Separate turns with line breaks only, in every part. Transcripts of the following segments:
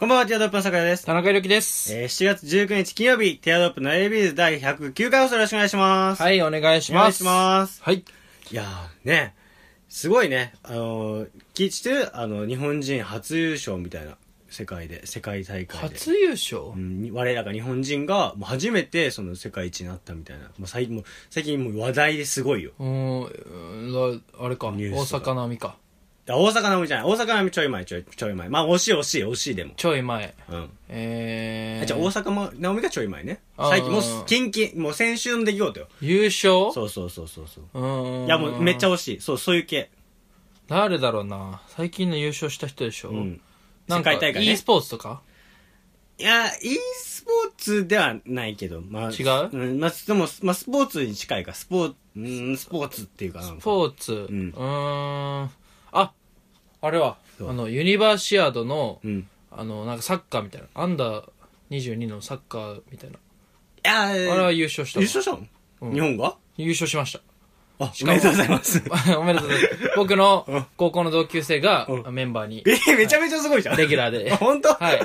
こんばんは、ティアドロップの酒井です。
田中裕樹です。
えー、7月19日金曜日、ティアドロップの ABs 第109回をよろしくお願いします。
はい、お願いします。
お願いします
はい。
いやー、ね、すごいね、あのー、聞いてるあの、日本人初優勝みたいな、世界で、世界大会で。
初優勝、
うん、我らが日本人が、もう初めて、その、世界一になったみたいな。もう最近、もう最近もう話題ですごいよ。
うーん、ああれか、大
ニュースとか
阪並みか。
あ大阪なみじゃない。大阪なみちょい前、ちょい、ちょい前。まあ、惜しい惜しい、惜しいでも。
ちょい前。
うん。
えー、
あじゃあ大阪も、直美がちょい前ね。
あー
最近もう、近々、もう先週の出来事よ。
優勝
そうそうそうそうそう。
うーん。
いやもうめっちゃ惜しい。そう、そういう系。
誰だろうな。最近の優勝した人でしょ。
うん。
なんか、
世界大会ね
e スポーツとか
いや、e スポーツではないけど、まあ。
違うん
まあ、でも、まあ、スポーツに近いか、スポーツ、うん、スポーツっていうかなんか。
スポーツ。う
うん
ーん。あ、あれは、
そう
あの、ユニバーシアードの、
うん。い
あの、なんかサッカーみたいな。アンダー22のサッカーみたいな。
やあ
あれは優勝した
優
わ
勝したの、
うん
日本が
優勝しました。
あ、お
かも
めでとうございます。
おめでと うございます。僕の高校の同級生が
う
メンバーに、
え、めちゃめちゃすごいじゃん。
レギュラーで
あ、。 本当
はい。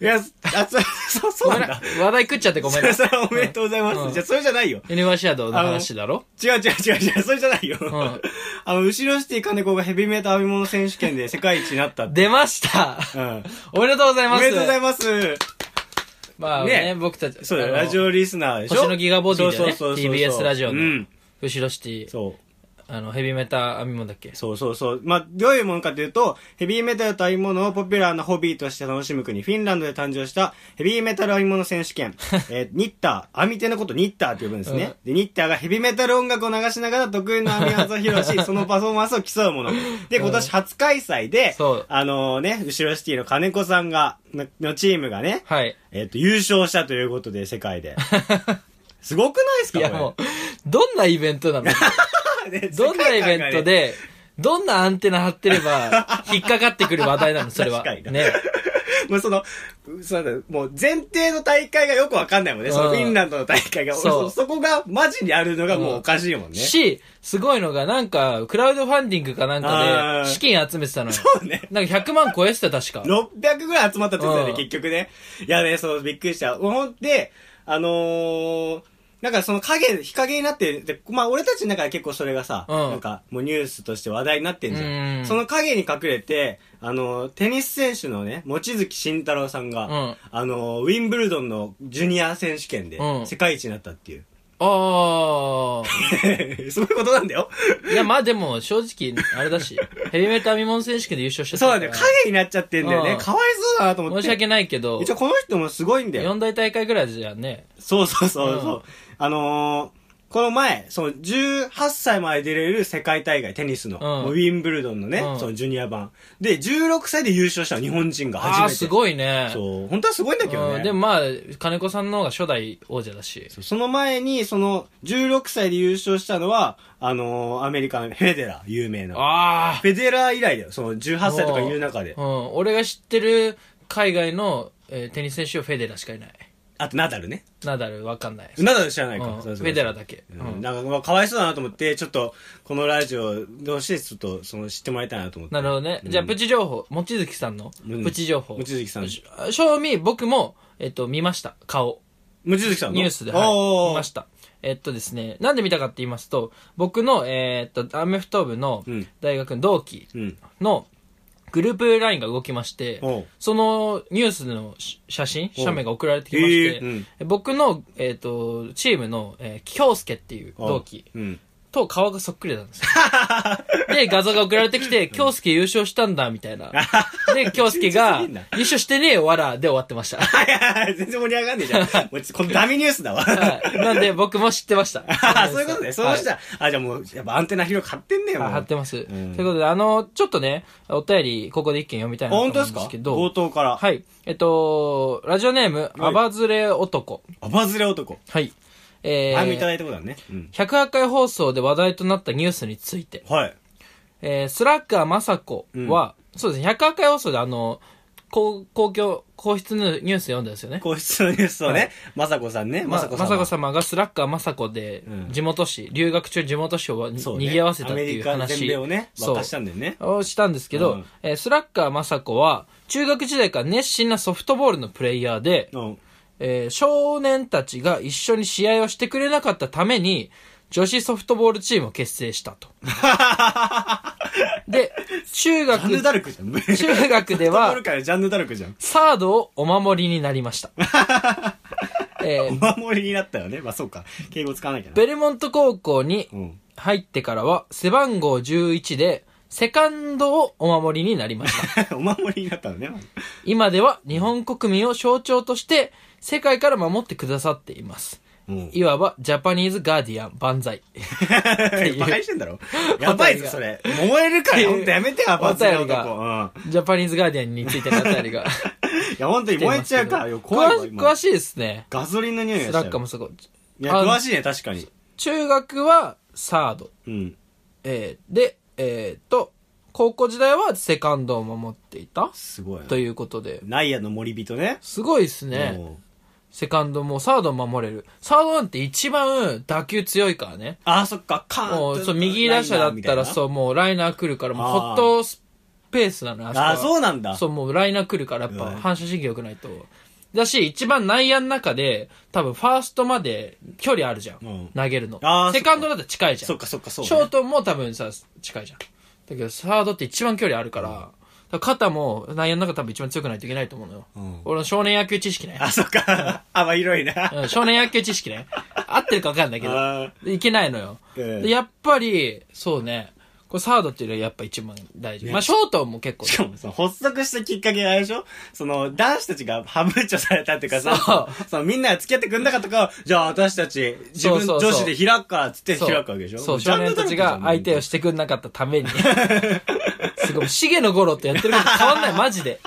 いや、あ、そう、そうそ
ご
う
め
なんんだ
な。。話題食っちゃってごめんな。
それはおめでとうございます。
うん
じゃあ、それじゃないよ。
ユニバーシアードの話だろ
違う違う違う違う、それじゃないよ。
ん
あの、後ろシティ金子がヘビメーター編み物選手権で世界一になったって。
出ました
うん。
おめでとうございま
お
す
めでとうございます。
まあね
ね、
僕たち、
そうだよ、
あの
ラジオリスナーでしょ。
星のギガボディでね
そうそうそうそう
TBS ラジオの
うん。
後ろシティ、
そう。
あの、ヘビメタ編み物だっけ
そうそうそう。まあ、どういうものかというと、ヘビーメタルと編み物をポピュラーなホビーとして楽しむ国、フィンランドで誕生したヘビーメタル編み物選手 権。えーニッター、編み手のことニッターって呼ぶんですね。で、ニッターがヘビーメタル音楽を流しながら得意の編み技を披露 し、そのパフォーマンスを競うもの。で、今年初開催で、
そう
あのね、後ろシティの金子さんが、ののチームがね、
はい。
えっ、と、優勝したということで、世界 で。すごくないですか
いや
これ
もう、どんなイベントなの
ね
どんなイ
世界観が
ベ
ね
ントで、どんなアンテナ張ってれば、引っかかってくる話題なのそれは。
確かに
ね。
もうその、うそうだ、もう前提の大会がよくわかんないもんね。
うん
そのフィンランドの大会が。
そう
そそこがマジにあるのがもうおかしいもんね。
し、すごいのが、なんか、クラウドファンディングかなん
あ
か
ー
で、資金集めてたのよ。
そうね。
なんか100万超えてた、確か。
600ぐらい集まったって言ってたよ
うん
ね、結局ね。いやね、そう、びっくりした。ほんで、あのー、なんかその影、日陰になってる、で、まあ俺たちの中で結構それがさ、
うん
なんかもうニュースとして話題になってんじゃ。
うんん
その影に隠れて、あのー、テニス選手のね、望月慎太郎さんが、
うん
あのー、ウィンブルドンのジュニア選手権で
う、ん
世界一になったっていう。
あ
そういうことなんだよ。
あ。いや、まあでも、正直、あれだし、ヘビメーター未満選手権で優勝しちゃった
そう
か
な
ら。
んだよ。影になっちゃってんだよ
う
ね。
ん
かわいそうだなと思って。
申し訳ないけど
一、応この人もすごいんだよ。
四大大会ぐらいじゃね。
そうそうそうそう。
うん
あのー、この前、その18歳まで出れる世界大会、テニスの、
ん
もうウィンブルドンのね、
うん
そのジュニア版。で、16歳で優勝したの日本人が初
あ
め
あ、
て。
す
い。
ごいね。
そう、本当はすごいんだけど
うん
ね。
でもまあ、金子さんの方が初代王者だし。
そうその前に、その、16歳で優勝したのは、あのー、アメリカのフェデラー、有名な。
ああ。
フェデラー以来だよ、その18歳とかいう中で
う。ん。俺が知ってる海外のえーテニス選手はフェデラーしかいない。
あと、ナダルね。
ナダルわかんない。
ナダル知らないか。
うん
そうそうそう
フェデラーだけ
うん
うん
なんか、まあ、かわいそうだなと思って、ちょっと、このラジオ、どうして、ちょっと、その、知ってもらいたいなと思って。
なるほどね。じゃあ、プチ情報。望月さんの
うん
プチ情報。
望月さん
し正味、僕も、えっと、見ました。顔。
望月さんの
ニュースで、
おー
はい、見ました。えっとですね、なんで見たかって言いますと、僕の、えーっと、アメフト部の
うん
大学の同期
うん。
のグループラインが動きまして、
おう
そのニュースのし写真、
おう
写メが送られてきまして、
へー
僕の、えーっと、チームの、えー、京介っていう同期
うん。
と顔がそっくりなんですよ。で、画像が送られてきて、京介優勝したんだ、みた いな。で、京介が、
一日過ぎ
優
んな
勝してねえよ、わら、で終わって ました。は
はいはいはい、全然盛り上がんねえ じゃん。もうちこのダミニュースだわ。
い。なんで、僕も知ってました。
あ そういうことね。そう
はい
したら、あ、じゃあもう、やっぱアンテナ広く張ってんねよ。
あ貼って
ま
ます。と
ん
いうことで、あの、ちょっとね、お便り、ここで一件読みたいなと思
本
うん
当
で
ですか
すけ
冒
ど、
頭から。い。
はい。えっと、ラジオネーム、
はい
アバズレ男。
アバズレ男。
はい。え
前もいた
ー、
だいたことだね。うん。
108回放送で話題となったニュースについて、
はい。
えー、スラッガーまさこは、そうですね、108回放送であの、こう公共、皇室のニュース読んだんですよね。
皇室のニュースをね、雅子さんね、
ま
雅子さんは。
雅子様がスラッガー雅子で
うん、
地元紙、留学中地元紙をに
そう
賑、
ね
わせたっていう
アメリカ全
話
米をね、
そう
沸かしたんだよね。
をしたんですけど、
うん
えースラッガー雅子は、中学時代から熱心なソフトボールのプレイヤーで、
うん。
えー少年たちが一緒に試合をしてくれなかったために、女子ソフトボールチームを結成した と。で、中
ジャンヌダ
学、
ルクじゃん。
中学 で
は。
は
ル、からジャンヌダルクじゃん。
サードをお守りになり ました。え
お
ー
守りになったよね。まあそうか。敬語使わなきゃな。
ベルモント高校に
うん。
入ってからは、背番号11で、セカンドをお守りになりまし た。
お守りになったのね。
今では日本国民を象徴として世界から守ってくださっています。
うん。
いわばジャパニーズガーディアン万歳。いう
バカにしてんだろやばいぞ、それ。燃えるから、ほんとやめて よ、バツの
お便り
男。
が
うん。
ジャパニーズガーディアンについてのあたりが。
いや、ほんとに燃えちゃうからよ。怖いわ、
詳し詳
今。
しいですね。
ガソリンの匂い
ス
が
ラ
した
ッカー
よ
もすごい。
いや、
あの
詳しいね、確かに。
中学はサード。
うん。
えーで、えーっと、高校時代はセカンドを守っていた
すごいな。
ということで。
ナイアの森人ね。
すごいですね。
もう
セカンドもサードも守れる。サードなんて一番打球強いからね。
あ、そっか、カーン。
もう、そう、右打者だったら、そうう、もう、ライナー来るから、もう、
あー
ホットスペースなのよ、
あ、そううなんだ。
そう、もう、ライナー来るから、やっ
う
ぱ、
ん
反射神経良くないと。だし、一番内野の中で、多分、ファーストまで、距離あるじゃん。
うん
投げるの
あー。
セカンドだったら近いじゃん。
そっか、そっか、そうね。
ショートも多分さ、近いじゃん。だけど、サードって一番距離あるから、だから肩も内野の中多分一番強くないといけないと思うのよ。
うん
俺の少年野球知識ね。
あ、そっか。 幅広いな。
うん少年野球知 識ね。合ってるか分かんないけど。
あ
でいけないのよ。
ええ
でやっぱり、そうね。これサードっていうのはやっぱ一番大事。
ね
まあ、ショートも結構。
しかも、その、発足したきっかけがあれでしょその、男子たちがハブっちょされたっていうかさ、
そ
その、みんなが付き合ってくんなかったから、じゃあ私たち、自
そ
分
うそ
女
うそう
子で開くから、つって
そ
開
う
くわけでしょ
そう、少年たちが相手を
し
してくんなかったために。すごい。シゲの頃とやってること変わんない。マ ジで。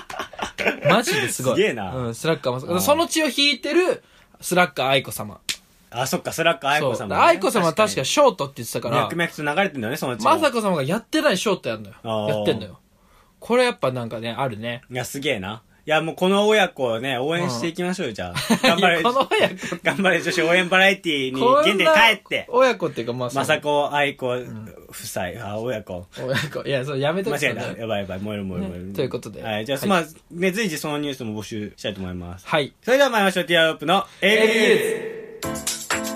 マジですごい。
すげえな
うん、スラッガーも
ああ
そその血を引いてる、スラッガー愛子様。
あ、そっか、スラック愛
そう
子。様。
愛子様は確かショートって言ってたから
脈、々と流れてんだよね、そのうちも。
雅子様がやってないショートやんの
ああ
よ。やってんのよ。これやっぱなんかね、あるね。
いや、すげえな。いや、もうこの親子をね、応援していきましょうよ、じゃあ。頑張れ。
いやこの親子
頑張れ女子応援バラエティーに原点に帰って
こ。んな親子っていうか、まあ、そう
まさこ、愛子、夫妻、あ、親子。
親子。いや、それやめと
間
く
違えた。
それ
やばいやばい、燃える燃える燃える。
ねということで
はい、じゃ
は
あ、
い
まあ、ね、随時そのニュースも募集したいと思います。
はい。
それでは参りましょう、ティアロップの AB ニュース。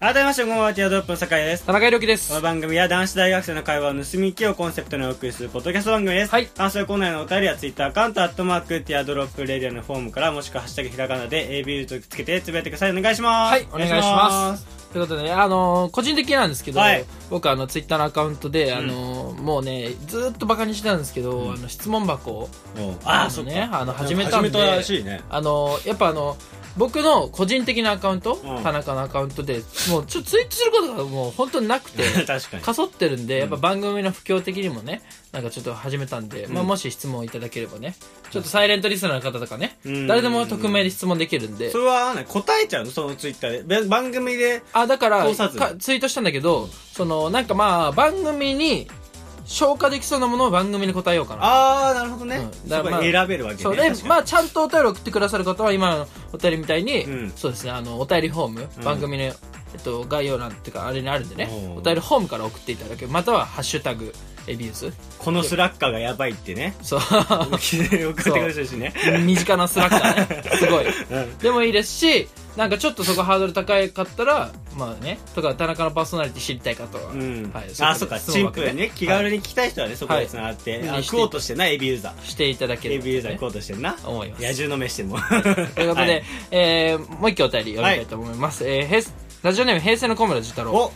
改めまして、こんばんは、ティアドロップの酒井です。
田中裕樹です。
この番組は男子大学生の会話を盗み聞きをコンセプトにお送りするポッドキャスト番組です。
はい
感想コーナーのお便りはツイッターアカウント、アットマーク、ティアドロップレディアのフォームから、もしくはハッシュタグひらがなで AB とつけてつぶやいてください。お願いします。
はい、お願いします。ということでね、あのー個人的なんですけど、
はい
僕あの、ツイッターのアカウントで、あのーもうね、ずーっとバカにしてたんですけど、あの、質問箱を、
お願いします。ああ、
の
そっ
ね
か。、
あの、始めたんで、
始めたらしい ね。
あのーやっぱあの、僕の個人的なアカウント、
うん
田中のアカウントで、もうちょっとツイートすることがもう本当になくて、
確かに。
かそってるんで、やっぱ番組の不況的にもね、なんかちょっと始めたんで、まあもし質問いただければね、ちょっとサイレントリスナーの方とかね
うん、
誰でも匿名で質問できるんで
そ、れは、ね、答えちゃうのそのツイッターでべ。番組で、
あ、だから
通さず
かツイートしたんだけど、その、なんかまあ、番組に消化できそうなものを番組に答えようかな。
ああ、なるほどね。
うん
そ
だ
こ
から
で選べるわけね。
そうで
確か、に
まあ、ちゃんとお便り送ってくださる方は、今のお便りみたいに、
うん
そうですね、あの、お便りフォーム、
うん
番組の、えっと、概要欄っていうか、あれにあるんでね
お、ー
お便りフォームから送っていただけ、または、ハッシュタグ、エビウス。
このスラッカーがやばいってね。
そ う。
送ってくれるしね。
身近なスラッガー ねすごい
うん
でもいいですしなんかちょっとそこハードル高いかったらまあねとか田中のパーソナリティ知りたい方は、
うん
はい、
あ、そっか、シンプルにね。気軽
に、
に聞きたい人はね、そこで繋がって。
はい
あ食おうとしてんな、エビユーザー。
はいしていただけれ
エ
ば、
ビユーザー食おうとしてんな。
思います
野獣の目しても。
ということで、えーもう一回お便り読みたいと思います、えーへいラジオネーム平成の小村寿太郎
お、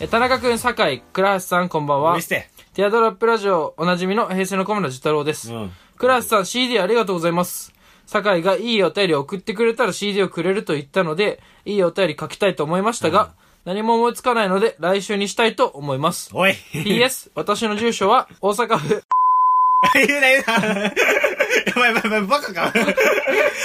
えー田中君酒井倉橋さんこんばんは
見せて。
ティアドロップラジオおなじみの平成の小村寿太郎です、
うん。
クラスさん CD ありがとうございます。酒井がいいお便りを送ってくれたら CD をくれると言ったので、いいお便り書きたいと思いましたが、何も思いつかないので、来週にしたいと思います。
おい
PS、私の住所は、大阪府、
言うな言うな やばいやばいやばい、バカ か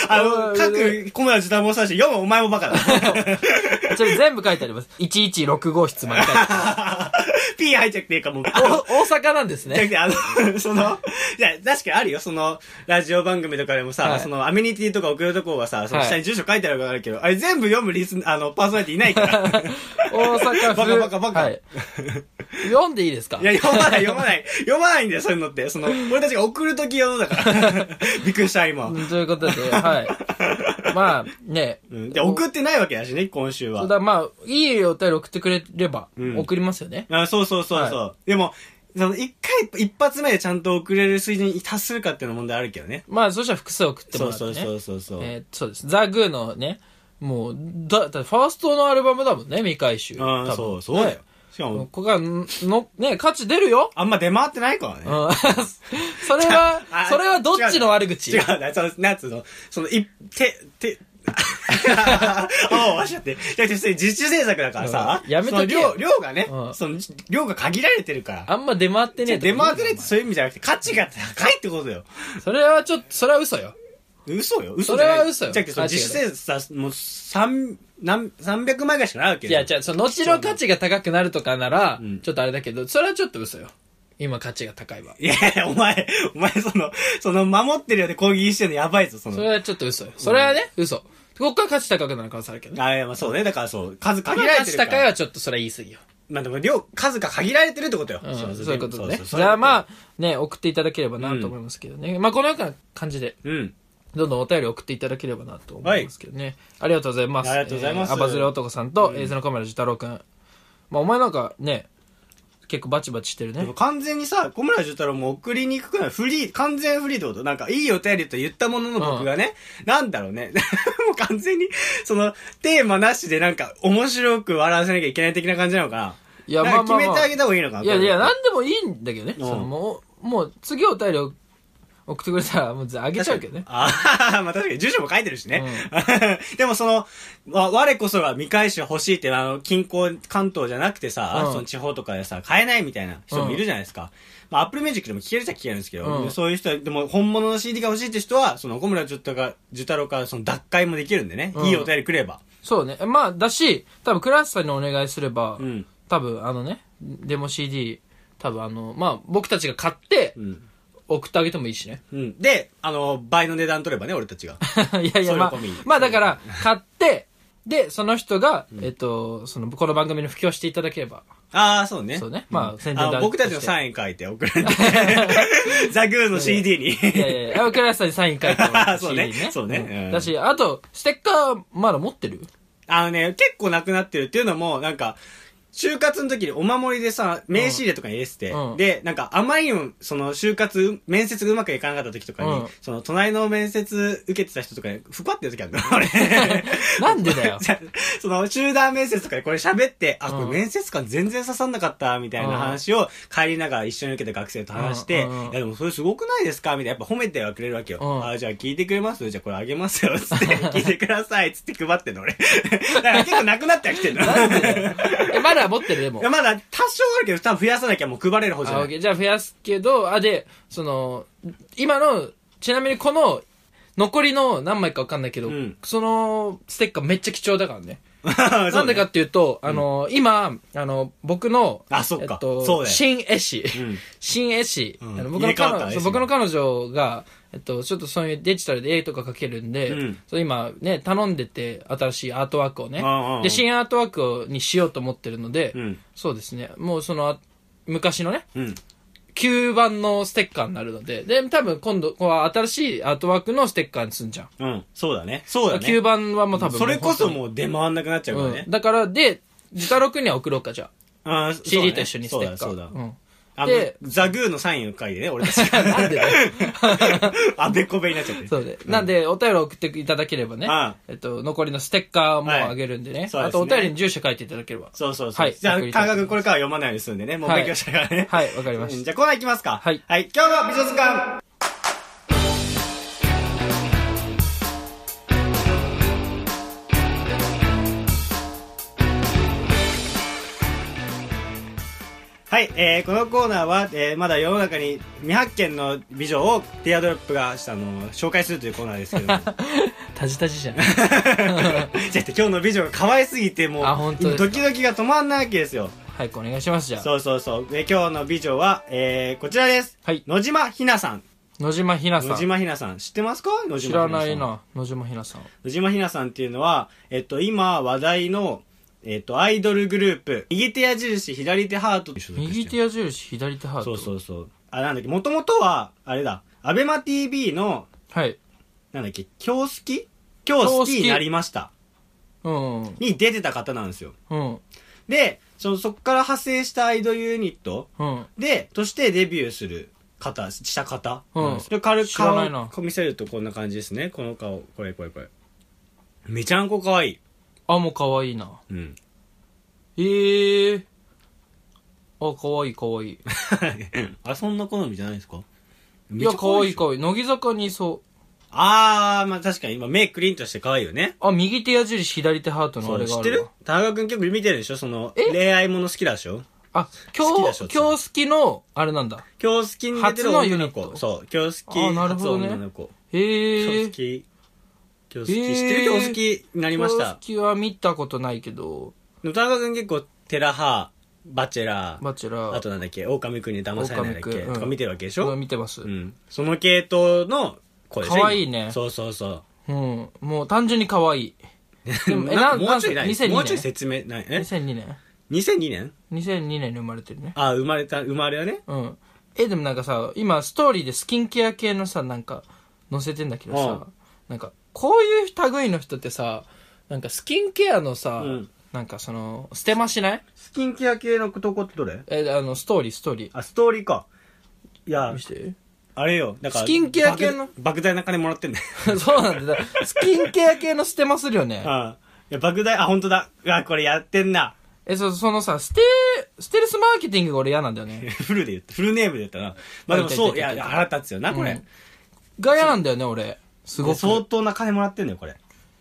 あの、各コメは自分もさして、読むお前もバ カだ。
あちら全部書いてあります。116号室まで書いてありま
P 入っちゃっていいか もう。
す。お大阪なんです
じゃ
ね
な。くて、あの、 その、いや、確かにあるよ、その、ラジオ番組とかでもさ、
はい
その、アメニティとか送るとこはさ、その
はい
下に住所書いてあるからあるけど、あれ全部読むリス、あの、パーソナリティいない から。
大阪府。
バカバカバカ
はい。読んでいいですか
いや、読まない、読まない。読まないんだよ、そういうのって。その、俺たちが送るとき用のだから。 びっくりした、今。
ということで、はい。まあ、ね。
うん、で、送ってないわけだしね、今週
そう
は。
だ、まあ、いいお便り送ってくれれば、送りますよね。
あそうそうそうそう。でも、その、一回、一発目でちゃんと送れる水準に達するかっていうの問題あるけどね。
まあ、そしたら複数送っても
そ
ら
う
って、
そ
ね。
うそうそうそう。
えーそうです。ザ・グーのね、もう、だ、だってファーストのアルバムだもんね、未回収。
ああ、
多分
そう、そうだよ。。しか
ね
も、
ここが、んの、ね、価値出るよ
あんま出回ってないからね
うん。。 それは
あ、
それはどっちの悪口
違うな、その、なんつうの、その、い、て、 て、おう、わしゃって。いや、普通に自主制作だからさ、
うんやめとけ
その量、量がね、
うん
その、量が限られてるから。
あんま出回ってねえと
出回ってないってそういう意味じゃなくて、価値が高いってことだよ。
それはちょっと、それは嘘よ。
嘘よ、嘘じゃない
それは嘘よ
じゃなくてその
あ違う
自主制作さ、もう、三、なん、三百枚ぐらいしかないわけ
い
よ
や、じゃあ、その、後の価値が高くなるとかなら
ん、
ちょっとあれだけど、それはちょっと嘘よ。今価値が高いわ。
いやいや、お前、お前、その、その、守ってるようで攻撃してるのやばいぞ、その。
それはちょっと嘘よ。それはね、嘘。ここから価値高くなる可能性あるけどね。
あ、いや、まあそうね。だからそう、数
価
限られて
値
るから。
高いはちょっとそれは言い過ぎよ。
まあでも量、数が限られてるってことよ。
うんそういうことね。
そう
じ
そう
ゃあまあ、ね、送っていただければなと思いますけどね。まあ、このような感じで、
うん。
どんどんお便り送っていただければなと思いますけどね。ありがとうございます。
ありがとうございます
えーアバズレ男さんと、映像のカメラ寿太郎くん。まあ、お前なんかね、結構バチバチしてる
で
ね
も。完全にさ、小村寿太郎も送りにくくないフリー、完全フリーってことなんか、いいお便りと言ったものの僕がね、なんだろうね。 もう完全に、その、テーマなしでなんか、面白く笑わせなきゃいけない的な感じなのかな。
いや
なんか
まあまあまあ
決めてあげた方がいいのかな。
いやいや、
な
なんでもいいんだけどね。
うん
そのもう、もう、次お便りを送ってくれたら、もうぜあげちゃうけどね。
あ あ、まあ確かに、住所も書いてるしね。 でもその、わ我こそが未回収欲しいって、あの、近郊、関東じゃなくてさ、
うん
その地方とかでさ、買えないみたいな人もいるじゃないですか。まあ、アップルミュージックでも聞けるっちゃ聞けるんですけど、
うん
そういう人は、でも本物の CD が欲しいって人は、その、小村寿太郎寿太郎から、その、脱会もできるんでね。
うん
いいお便りくれば。
そうね。まあ、だし、多分クラスさんにお願いすれば、
うん
多分あのね、デモ CD、多分あの、まあ、僕たちが買って、
ん
送ってあげてもいい しね。
うん。で、あの、倍の値段取ればね、俺たち が。
いやいや、まあ
それ込み、
まあだから、買って、で、その人が、えっと、その、この番組に布教していただければ。
ああ、そうね。
そうねまあ
ん
宣伝
あ
だ
僕たちの
として
サイン書いて送る んで。ザ・グーの CD に。
いやいや、クラスさんにサイン書いて もら
そうね
CD
そうね
ん
うん
だし、あと、ステッカー、まだ持ってる
あのね、結構なくなってるっていうのも、なんか、就活の時にお守りでさ、名刺入れとかに入れてて、
うん
で、なんかあまりにも、その就活、面接がうまくいかなかった時とかに、
うん
その隣の面接受けてた人とかに、ふわってる時ある の俺。
なんで だよ。
その集団面接とかでこれ喋って、あ、
う
こ
ん
れ面接官全然刺さんなかった、みたいな話を帰りながら一緒に受けた学生と話して、
うんうんうん
いやでもそれすごくないですかみたいな、やっぱ褒めてはくれるわけよ。
うん
あ、じゃあ聞いてくれますじゃあこれあげますよ。つって、 聞いてください。つって配ってんの俺。だから結構なくなってはきてんの。
なんでだよ。えまだ持ってるで も
いや。まだ多少あるけど、多分増やさなきゃもう配れる方じゃ
あ
な
o
い。
じゃあ増やすけど、あ、で、その、今の、ちなみにこの、残りの何枚か分かんないけど、
うん
そのステッカーめっちゃ貴重だからね。
な
なんでかっていうと、あの、今、あの、僕の、
あそっか
えっと、
そうだよ
新絵師、
ん
新絵師、
うん
あの僕の
入れ替わ
彼
った
女、
絵師
そう僕の彼女が、えっと、ちょっとそういうデジタルで絵とか描けるんで、
うん
そう今ね、頼んでて、新しいアートワークをね
うんうんうん、
で、新アートワークをにしようと思ってるので、
うん
そうですね、もうその、あ昔のね、
うん。
旧版のステッカーになるので、で、多分今度、こう新しいアートワークのステッカーにすんじゃん。
うん。そうだね。そうだね。
旧版はもう多分
それこそ
う
もう出回んなくなっちゃうから
本当に、
ね
うん。。だから、で、自太郎くんには送ろうか、じゃあ。
あーそうだね
CD と一緒にステッカー。
そうだ、そうだ。
ん
あの
で、
ザグーのサインを書いてね、俺たち。
なんでだよ
あべこべになっちゃって。
そうで。なんで、お便り送っていただければね
ああ。
えっと、残りのステッカーもあげるんで
は
ね
い。そうですね
あと、お便りに住所書いていただければ。
そうそうそう。
はい
じゃあ、
送り
感
たいと思います
覚これからは読まないようにするんでね。もう
はい
勉強したからね。
はいわかりました
うんじゃあコーナーいきますか。
はい
はい。今日の美術館はい、えーこのコーナーは、えーまだ世の中に未発見の美女をティアドロップがしたのを紹介するというコーナーですけども
タジタジ じゃん。
じゃあ今日の美女が可愛すぎてもう
あ本当ですか
ドキドキが止まんないわけですよ
早くお願いします、じゃあ。
そうそうそうで今日の美女は、えーこちらです、
はい
野島ひなさん
野島ひなさ
野
ん。
島ひなさん知ってますか野島
知
ひさ
ら
ん
ないな、野島ひなさん。
野島ひなさんっていうのは、えっと、今話題の、えっと、アイドルグループ、右手矢印、左手ハートに所属してる
右手矢印、左手ハート。
そうそうそう。あ、なんだっけ、もともとは、あれだ、アベマ TV の、
はい。
なんだっけ、京好き京好きになりました。
うんうん。
に出てた方なんですよ。
うん。
で、そのそこから派生したアイドルユニット
うん。
で、としてデビューする方、した方なんです。
うん
で軽く
知らない
顔
な
見せるとこんな感じですね。この顔、これこれこれ。めちゃんこ可愛い。
あ、もう可愛いな。
うん。
ええー。あ、可愛い可愛い。
あ、そんな好みじゃないですか
いや、可愛い
愛い。
可愛い。乃木坂にいそう。
あー、まあ確かに今目クリンとして可愛いよね。
あ、右手矢印、左手ハートのあれが
知
あ
って
る
る
わ。
田中君結構見てるでしょその、
え
恋愛もの好きだでしょ
あ、
好き
今
でしょ
日、今日好きの、あれなんだ。
今日好きに出てる女の
初のユニッ
子。
ト
そう、今日好き、
あーなるほどね
初女の子。
へ
今日
え
好
ー。
き。今日好き。
えー
知ってる今日好きになりまし
今
た
日好。きは見たことないけど、
でも田中君結構、テラハ、バチェラー、
バチェラー。
あとなんだっけ、狼くんに騙されないだっ
狼
け
くんうん
とか見てるわけでし
う
ょ
ん見てます。
うん。その系統の子でしょ
可愛いね
今そうそうそう。
うん。もう単純に可愛 い。でもえ
なん
なん
もうちょいない
なんす2002年
もうちょい説明ない。え
2002年
?2002 年
?2002 年に生まれてるね。
あ、生まれた、生まれはね。
うん。え、でもなんかさ、今ストーリーでスキンケア系のさ、なんか、載せてんだけど
うん
さ、なんか、こういう類の人ってさ、なんかスキンケアのさ、
うん
なんかその、捨てましない
スキンケア系のとこってどれ
え、あの、ストーリー、ストーリー。
あ、ストーリーか。いや
見、して。
あれよ。だから、
スキンケア系の
莫莫大な金もらってんだよ。
そうなんだよ。スキンケア系の捨てまするよね
う。ん。いや、莫大、あ、本当だ。うわ、これやってんな。
え、そ、そのさ、ステ、ステルスマーケティングが俺嫌なんだよね。
フルで言った。フルネームで言ったな。まあでも
痛い
そ
痛
う、
い
いや、
痛い痛い
腹立つよな、こ
う
れ
ん。が嫌なんだよね、俺。すごく。
相当な金もらってんだよ、これ。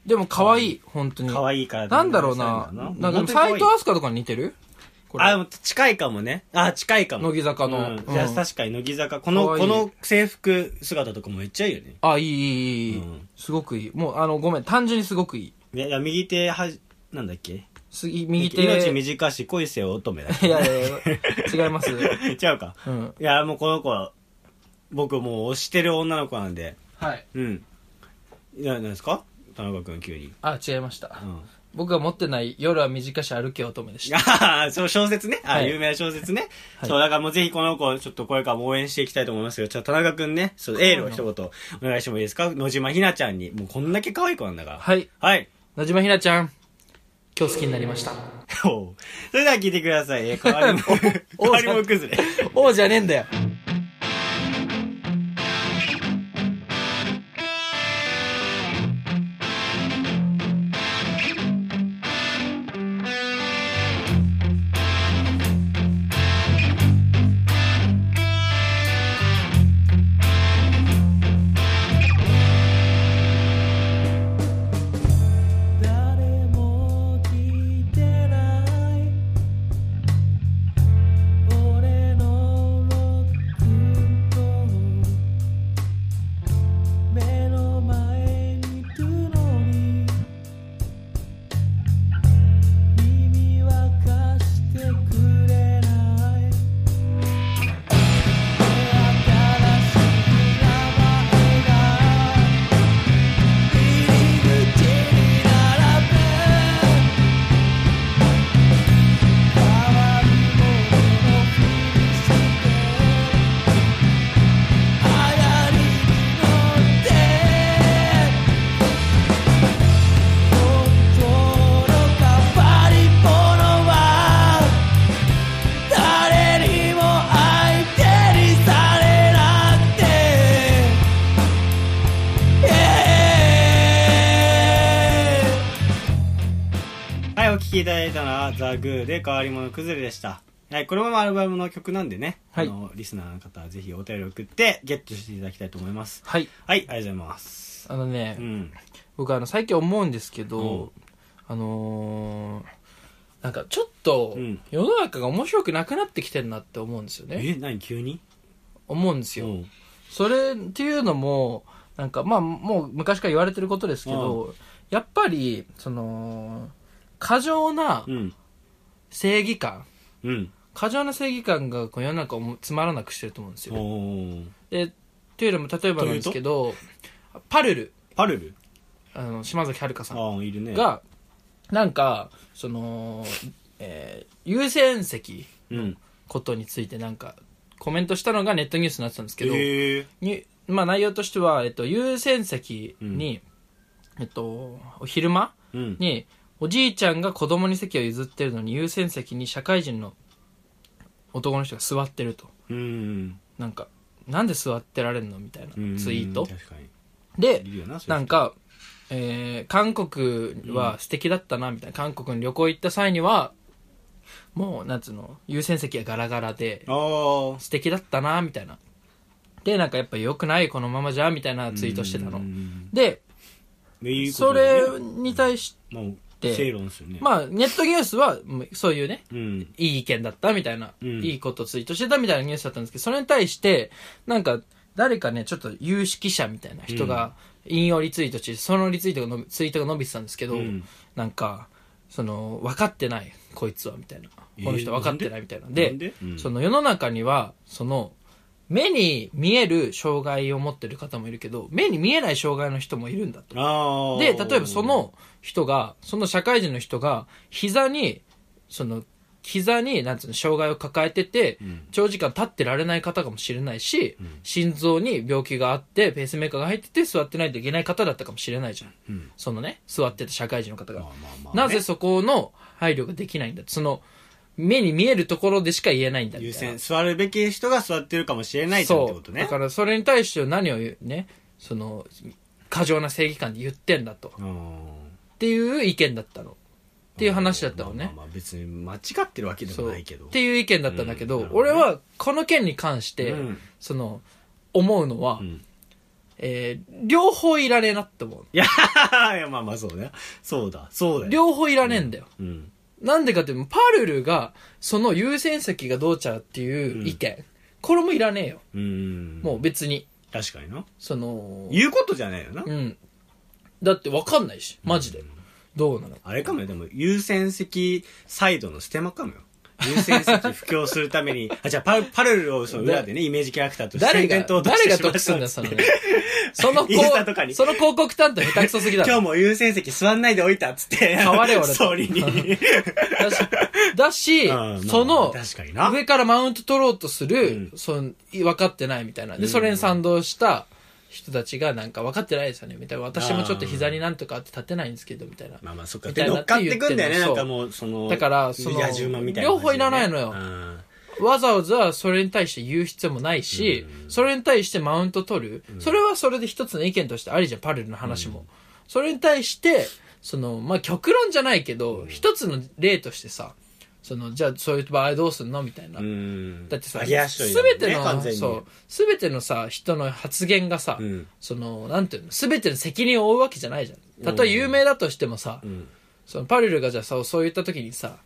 でも可愛い、本当に。
可愛いから。
なんだろうな。なんか、斎藤飛鳥とかに似てるこれ。
あ、でも近いかもね。あ、近いかも。
乃木坂の
うん
うん
いや確かに乃木坂。この、
可愛い
この制服姿とかもめっちゃいいよね。
あ、いい、いい、いい、
うん
すごくいい。もう、あの、ごめん、単純にすごくいい。
ねいや、右手はじ、なんだっけ
す右手。
命
い
短し恋せよ乙女だっ
やいやいや、違います。
け。 違うか。
うん。
いや、もうこの子は、僕もう推してる女の子なんで。
はい。
うん。いや、なんですか田中君急に。
あ、違いました
う。ん。
僕が持ってない夜は短し歩け乙女でした。
ああ、そう、小説ね。あ、
はい
有名な小説ね。
はい
そう、だからもうぜひこの子をちょっとこれからも応援していきたいと思いますけど、ちょっと田中くんね、そう、エールを一言お願いしてもいいですか野島ひなちゃんに。もうこんだけ可愛い子なんだから。
はい。
はい。
野島ひなちゃん、今日好きになりました。
おうそれでは聞いてください。えー、変わりも、変
お
わりも崩れ。
おうじゃねえんだよ。
誰も聞いてない俺のロックンロール目の前にいるのに耳は貸してくれない新しい名前が入り口に並べ変わり者のふりして流行りに乗って本当の変わり者は誰にも相手にされなくて Yeah!
はい、お聴きいただいたのは、ザ・グーで変わり者崩れでした。はい、これもアルバムの曲なんでね、
はい
あの、リスナーの方はぜひお便りを送って、ゲットしていただきたいと思います。
はい。
はい、ありがとうございます。
あのね、
うん。
僕あの最近思うんですけど、あのーなんかちょっと
うん
世の中が面白くなくなってきてるなって思うんですよね
え、何急に
思うんですよ、
うん
それっていうのもなんかまあもう昔から言われてることですけど、やっぱりその過剰な
うん。
正義感
うん。
過剰な正義感がこう世の中をつまらなくしてると思うんです
お
よ
ー
でっていうのも例えばなんですけどパルル
パルル
あの島崎遥香さん
ああ、いるね。、
が、なんか、その、えー優先席
うん。
ことについてなんか、コメントしたのがネットニュースになってたんですけど、
ええ
にまあ内容としては、えっと、優先席に、えっと、お昼間
うん。
に、おじいちゃんが子供に席を譲ってるのに優先席に社会人の男の人が座ってると。
うん。
なんか、なんで座ってられんのみたいな
うん
ツイート。
確かに。
で
いるよな、そう
ない
うん人、
か、えー韓国は素敵だったな、みたいな。韓国に旅行行った際には、もう、なんつうの、優先席がガラガラで、
ああ。
素敵だったな、みたいな。で、なんかやっぱ良くない、このままじゃ、みたいなツイートしてたの
う。ん
で、
でいいこと
そ
だ
れ
よね
に対し
もう、
て
正論ですよね。
まあ、ネットニュースは、もうそういうね、
うん。
いい意見だったみたいな、
うん
いいことツイートしてたみたいなニュースだったんですけど、それに対して、なんか、誰かね、ちょっと有識者みたいな人が、引用リツイートして、そのリツイートがのびツイートが伸びてたんですけど、
うん
なんか、その、分かってない、こいつは、みたいな。
えー
この人分かってないみたいな。で
なんでうん
その世の中には、その、目に見える障害を持ってる方もいるけど、目に見えない障害の人もいるんだと。
ああ。
で、例えばそ、の人が、その社会人の人が、膝に、その、膝に、なんつうの、障害を抱えてて、
ん
長時間立ってられない方かもしれないし、心臓に病気があって、ペースメーカーが入ってて、座ってないといけない方だったかもしれないじゃん。
うん
そのね、座ってた社会人の方が。
まあまあまあね
なぜそこの配慮ができないんだその、目に見えるところでしか言えないんだみたいな
優先、座るべき人が座ってるかもしれないってことね。
そうだからそれに対して何を言うね、その、過剰な正義感で言ってんだと。
うん
っていう意見だったの。っていう話だったの
まあ
ね。
まあまあ別に間違ってるわけで
そ
も
う。
な
っ
いけど。
ていう意見だったんだけど、
うんなるほど
俺
ね
はこの件に関して、
うん
その、思うのは、
ん
えー両方いらねえなって思う。
いや、いやまあまあそうね。そうだ、そうだよ。
両方いらねえんだよ。
うん。
なんでかっていうと、パルルが、その優先席がどうちゃうっていう意見。これもいらねえよ。
うん。
もう別に。
確かにな。
その、
言うことじゃないよな。
うん。だってわかんないし、マジで。どうなの
あれかもよ、でも、優先席サイドのステマかもよ。優先席布教するため に、あ、じゃあパ、パルルをその裏でね、イメージキャラクターとして
誰が、
転々と落
誰
と
が
してしま
得
った
すんだよ、その、 その、こ
インスタとか
う、
に
その広告担当下手くそすぎだ
今日
ろ。
も優先席座んないでおいたっつって。
変われ俺 と
ストーリ ーに。
だし、だし
うんまあ
その、
確かにな
上からマウント取ろうとする
う、
その、い分かってないみたいな。で、それに賛同した人たちが、なんか分かってないですよね、みたいな。私もちょっと膝になんとかあって立てないんですけど、みたいな。
まあまあそっか。
みた
で
いな
乗っかってくんだよね。
って
な
言
ん
って
か
んの
もう、その。
だからその
野獣馬みたいな感じでね。
両方いらないのよ
うん
わざわざそれに対して言う必要もないし、それに対してマウント取る、それはそれで一つの意見としてありじゃん、パルルの話も。それに対して、その、まあ、極論じゃないけど、一つの例としてさ、その、じゃあそういう場合どうすんのみたいな。
うん。
だってさ、
揚げ足取りだもんね
すべて
完全
の、
に
そう、すべてのさ、人の発言がさ、
うん
その、なんていうの、すべての責任を負うわけじゃないじゃん。たとえ有名だとしてもさ、
ん
そのパルルがじゃあさ、そう言った時にさ、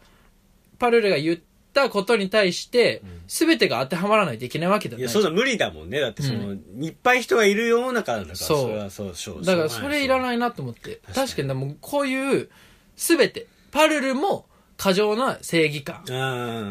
パルルが言ったことに対して、すべてが当てはまらないといけないわけだ
い
ね。
や、そうだ、無理だもんね。だって、その、いっぱい人がいるようなからだから、
そう
それはそう、しょう
だからそれいら
い。
ないなと思って。確かに、でもこういう、すべて、パルルも過剰な正義感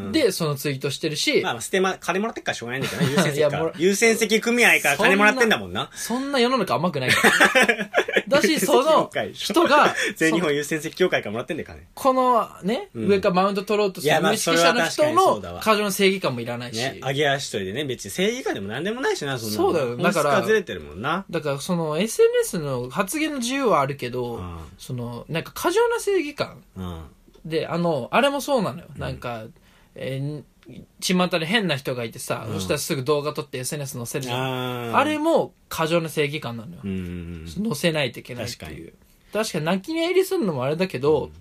うん。
でそのツイートしてるし、
まあ、ステマ、金もらってっからしょうがないんだけどな、優先
い
席
や
か
もら
ら。優先席組合から金もらってんだもんな。、
そんな世の中甘くないから。だし、その人が
全日本優先席協会からもらってんだよ、金。
このね、
うん
上からマウント取ろうとす
い
る
やまあ
無識者の
それは確
人
かにそうだ
の
わ
過剰な正義感もいらないし、
ね。上げ足取りでね、別に正義感でも何でもないしな、そんなの
そうだよだから
本質ずれてるもんな。
だからその SNS の発言の自由はあるけど、
うん
そのなんか過剰な正義感
うん。
で、あの、あれもそうなのよ。なんか、えー巷で変な人がいてさ、そしたらすぐ動画撮って SNS 載せるじゃん。
あ
あれも過剰な正義感なのよ。
うん。
載せないといけないっていう
確。
確かに泣き寝入りするのもあれだけど、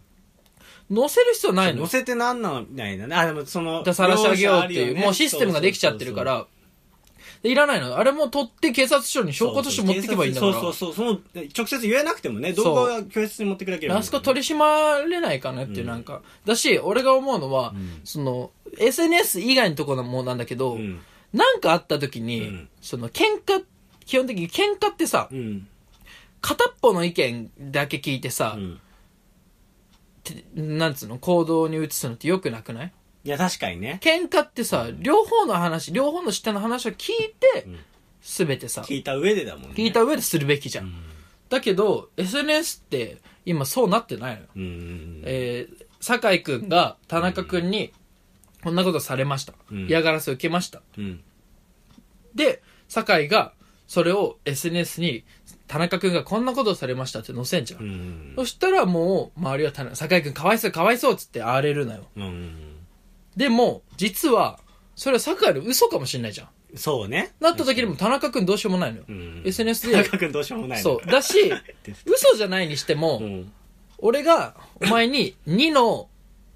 載せる必要ないの
乗
よ
せてなんなんないなね。あ、でもその。
だ晒し上げようっ
両
て
者ある
いう、
ね
もうシステムができちゃってるか。ら、でいらないの。あれも取って警察署に証拠として持ってけばいいんだから。
そうそうそう。その、直接言えなくてもね、動画は教室に持ってくだければいい
あ
んだ
そ
か
こ
らね。
取り締まれないかなっていうなんか、だし俺が思うのは、その SNS 以外のところもなんだけど、
うん
なんかあった時に、
うん
その喧嘩基本的に喧嘩ってさ、
うん。
片っぽの意見だけ聞いてさ
う、ん。
てなんつうの行動に移すのってよくなくない
いや、確かにね。
喧嘩ってさ、両方の話両方の下の話を聞いて、
ん
全てさ
聞いた上でだもんね。
聞いた上でするべきじゃん、だけど SNS って今そうなってないのよ
うんうん
えー、酒井くんが田中くんに、こんなことされました。
うん
嫌がらせを受けました。
うん。うん。
で、酒井が、それを SNS に、田中くんがこんなことされましたって載せんじゃん。
うんうん
そしたらもう、周りは田中、酒井くんかわいそうかわいそうっつって荒れるなよ。
うん。うん。
でも、実は、それは酒井の嘘かもしれないじゃん。
そうね。
なった時にも田中くんどうしようもないのよ。
うん
SNS
田
で。
中君どうしようもないね
そう。だし、嘘じゃないにしても、
うん。
俺がお前に2の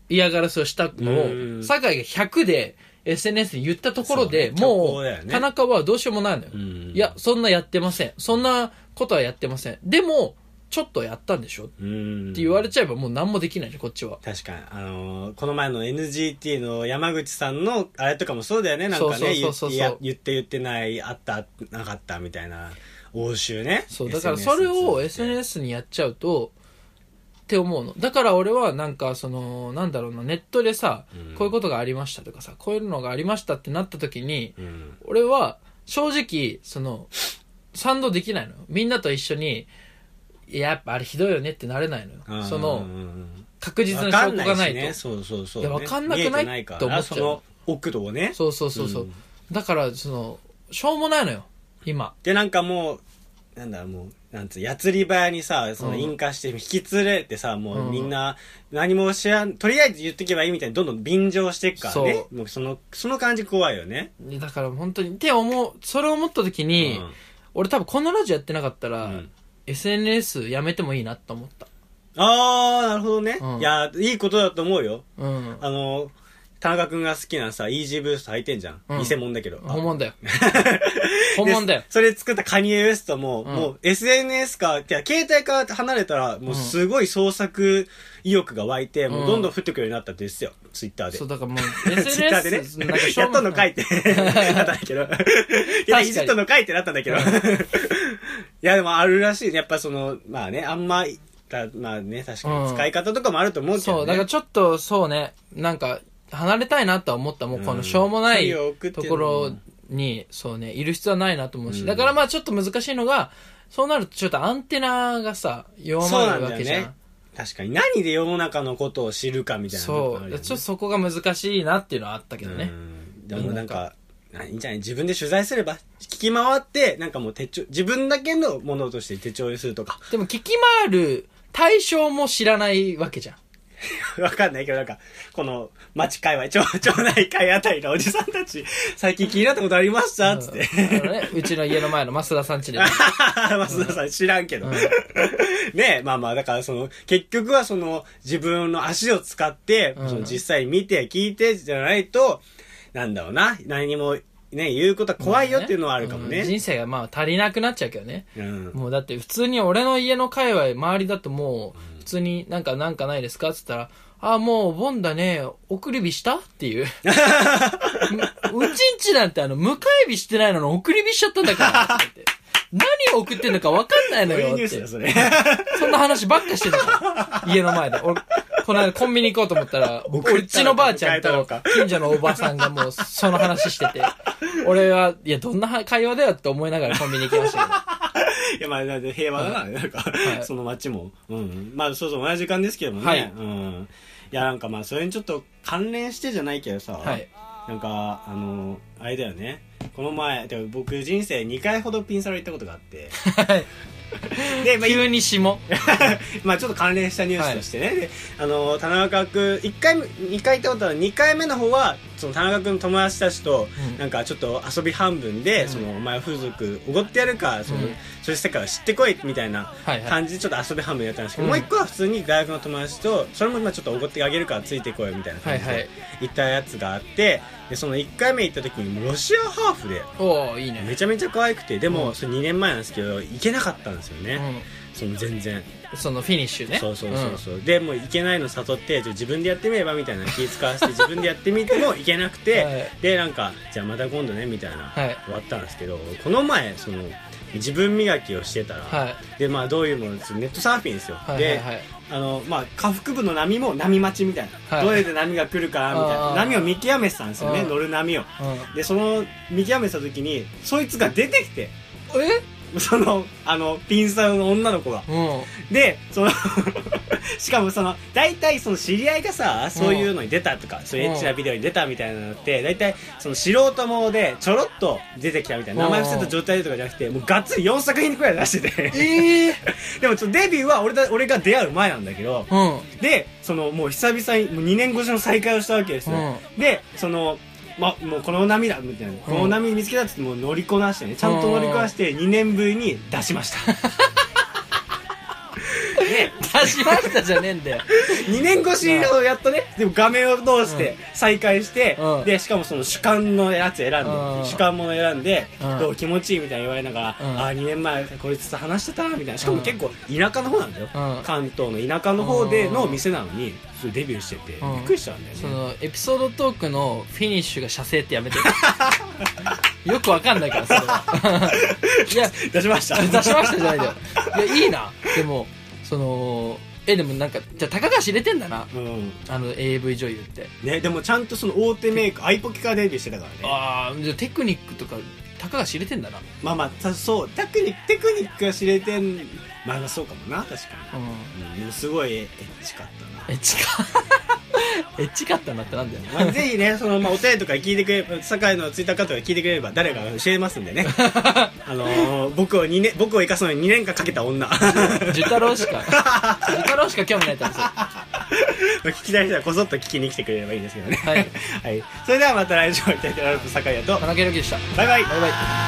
嫌がらせをした
う
のを
ん
酒井が100で SNS に言ったところで、
そうね虚構
も
だよ
う
ね
田中はどうしようもないのよ、
うん
いやそんなやってませんそんなことはやってませんでもちょっとやったんでしょっ
うん。
て言われちゃえばもう何もできないじゃんこっちは
確かに、あのーこの前の NGT の山口さんのあれとかもそうだよねなんか
そう
ね
そうそうそう
言って言って言ってないあったなかったみたいな応酬ね
そうだからそれを SNS にやっちゃうとって思うのだから俺はなんかそのなんだろうなネットでさ、
うん
こういうことがありましたとかさこういうのがありましたってなった時に、
うん
俺は正直その賛同できないのよみんなと一緒にいややっぱあれひどいよねってなれないのよその確実な
分かん
証拠がな
ないい
と
しねそうそうそう、
いやわかんなくない
見えてから
と思っちゃう
その奥度をね
そうそうそうそう、
うん
だからそのしょうもないのよ今
でなんかもうなんだろうもうなんつうやつり早にさその
うん
引火して引き連れてさ、もううんみんな何も知らんとりあえず言ってけばいいみたいにどんどん便乗してっからね
そ
もうそのその感じ怖いよね
だから本当にって思うそれを思った時に、
うん
俺多分このラジオやってなかったら、
うん
SNS やめてもいいなと思った
ああ、なるほどね。
うん
いや、いいことだと思うよ。
うん
あの、田中くんが好きなさ、イージーブースト履いてんじゃん。
うん
偽物だけど。
本 物だよ
あ
本物だよ
でそれ作ったカニエ・ウエストも、
ん
もう SNS か、てか携帯から離れたら、もうすごい創作意欲が湧いて、もうどんどん降ってくるようになったんですよ。ツイッターで
そう。だからも う
ツイッターでね
SNS なんか、しょ
やっ
うも
とん
な
のか いってなったんだけど。いや、いじったのかいってなったんだ けど。いや、でもあるらしいね。やっぱその、まあね、あんま、だまあね、確か
う
に
ん
使い方とかもあると思うけど、ね。
そう、だからちょっと、そうね、なんか、離れたいなとは思った。もうこのしょうもない
距離を置くってい
と
う
こ
のも
ろに、そうね、いる必要はないなと思うし。だからまあちょっと難しいのが、そうなるとちょっとアンテナがさ、弱
そう
ま
なん
るわ
だ
け
よ
じゃん。
ね。確かに。何で世の中のことを知るかみたいな
そう,、
とこあるよね
ちょっとそこが難しいなっていうのはあったけど
う。
ね
んでもなんか、いいんじゃない自分で取材すれば、聞き回って、なんかもう手帳、自分だけのものとして手帳にするとか。
でも聞き回る対象も知らないわけじゃん。
わかんないけど、なんか、この、町界隈、町、町内会あたりのおじさんたち、最近気になったことありましたつって。
あのね、うちの家の前の増田さんちで。
増田さん知らんけど。 ねえ、まあまあ、だからその、結局はその、自分の足を使って、
うん
その実際見て、聞いてじゃないと、なんだろうな、何にも、ね、言うことは 怖いよっていうのはあるかも
うん
ね。
人生がまあ足りなくなっちゃうけどね。
うん。
もうだって普通に俺の家の界隈周りだともう普通になんかなんかないですかって言ったら、ああもうお盆だね、送り火したっ ていう。ううちんちなんてあの、迎え火してないのに送り火しちゃったんだからって言って。何を送ってんのか分かんないの
そういう
よっ
ニュ
て。
ースだよ、それ。
そんな話ばっかしてたから。家の前で。俺、この間コンビニ行こうと思ったら、
送ったのか
うちのばあちゃん
迎えた
と
のか
近所のおばさんがもうその話してて、俺は、いや、どんな会話だよって思いながらコンビニ行きましたけど。
いや、まあ、なんで平和だな、なんか、
い
その街も。うん。まあ、そうそう、同じ時間ですけどもね。
はい
うん。いや、なんかまあ、それにちょっと関連してじゃないけどさ、
はい
なんか、あの、あれだよね。この前、でも僕人生2回ほどピンサロ行ったことがあ って。で、まあ、
急に霜。
まあちょっと関連したニュースとしてね、であの田中君1回目2回行ったことは2回目の方はその田中君友達たちと
うん
なんかちょっと遊び半分で、そのお前風俗おごってやるからその、そういう世界を知ってこいみたいな
はいはい
感じでちょっと遊び半分やったんですけど、
うん
もう一個は普通に大学の友達とそれも今ちょっとおごってあげるからついてこいみたいな感じ
はいは
で
い
行ったやつがあってでその1回目行った時にもうロシアハーフで。
おおいいね
めちゃめちゃ可愛くてで
う
も
ん
それ2年前なんですけど行けなかったんですよね、
う
その全然
ん、そのフィニッシュね
そうそうそうそう、でもう行けないの悟ってじゃあ自分でやってみればみたいな気使わ せて自分でやってみても行けなくて、
はい
でなんかじゃあまた今度ねみたいな、
はい
終わったんですけどこの前その自分磨きをしてたら、
はい
でまあどういうものネットサーフィンですよ、
はいはいはい
であのまあ下腹部の波も波待ちみたいな、
はい
どうやって波が来るかみたい
あー
な波を見極めてたんですよね
うん
乗る波を
うん
でその見極めてた時にそいつが出てきて
え
そのあのピンサーの女の子が
うん
でその しかもその大体その知り合いがさそういうのに出たとか、そういうエッチなビデオに出たみたいなのって大体その素人ものでちょろっと出てきたみたいな
うん
名前伏せた状態でとかじゃなくてもうがっつり4作品くらい出してて
ええ
でもそのデビューは俺だ俺が出会う前なんだけど
うん
でそのもう久々にもう2年越しの再会をしたわけですよ、でそのま、もうこの波だみたいな、この波見つけたっつってもう乗りこなしてねちゃんと乗りこなして2年ぶりに出しましたね
出しましたじゃねえんだよ
2年越しのやっとね、でも画面を通して再開して、
うん
で、しかもその主観のやつ選んで、
うん
主観もの選んで、
うん
どう気持ちいいみたいな言われながら、
うん
ああ、2年前こいつと話してたみたいな。しか
う
も
ん
結構田舎の方なんだよ。
うん
関東の田舎の方での店なのに、それデビューしてて、
うん
びっくりしたんだよ
そ
ね。
のエピソードトークのフィニッシュが射精って やめてよくわかんないからそれ はいや
出しました。
出しましたじゃないんだよいやいいなでもそのえでもなんかじゃあ高橋入れてんだな
うん。
あの AV 女優って
ね、でもちゃんとその大手メイク、アイポキからデビューしてたからね。
ああじゃあテクニックとか高橋入れてんだな
まあまあ、たそう、テクニック、テクニックが知れてん、まあまあそうかもな、確か
うん
に。うん、でもすごいエッチかったな。
エッチかエッチかったなってなんだよね
まあ、ぜひね、その、まあ、お便りとか聞いてくれば、堺のツイッターかとか聞いてくれれば、誰かが教えますんでね。あのー僕を二年、僕を生かすのに2年間かけた女。
寿太郎しか寿太郎しか興味ないと思うんですよ
聞きたい人はこそっと聞きに来てくれ ればいいんですけどね。
はい。
はい。それではまた来週お会いいたいと思います。堺だと。
田中裕樹でした
バイバイ。
バイバイ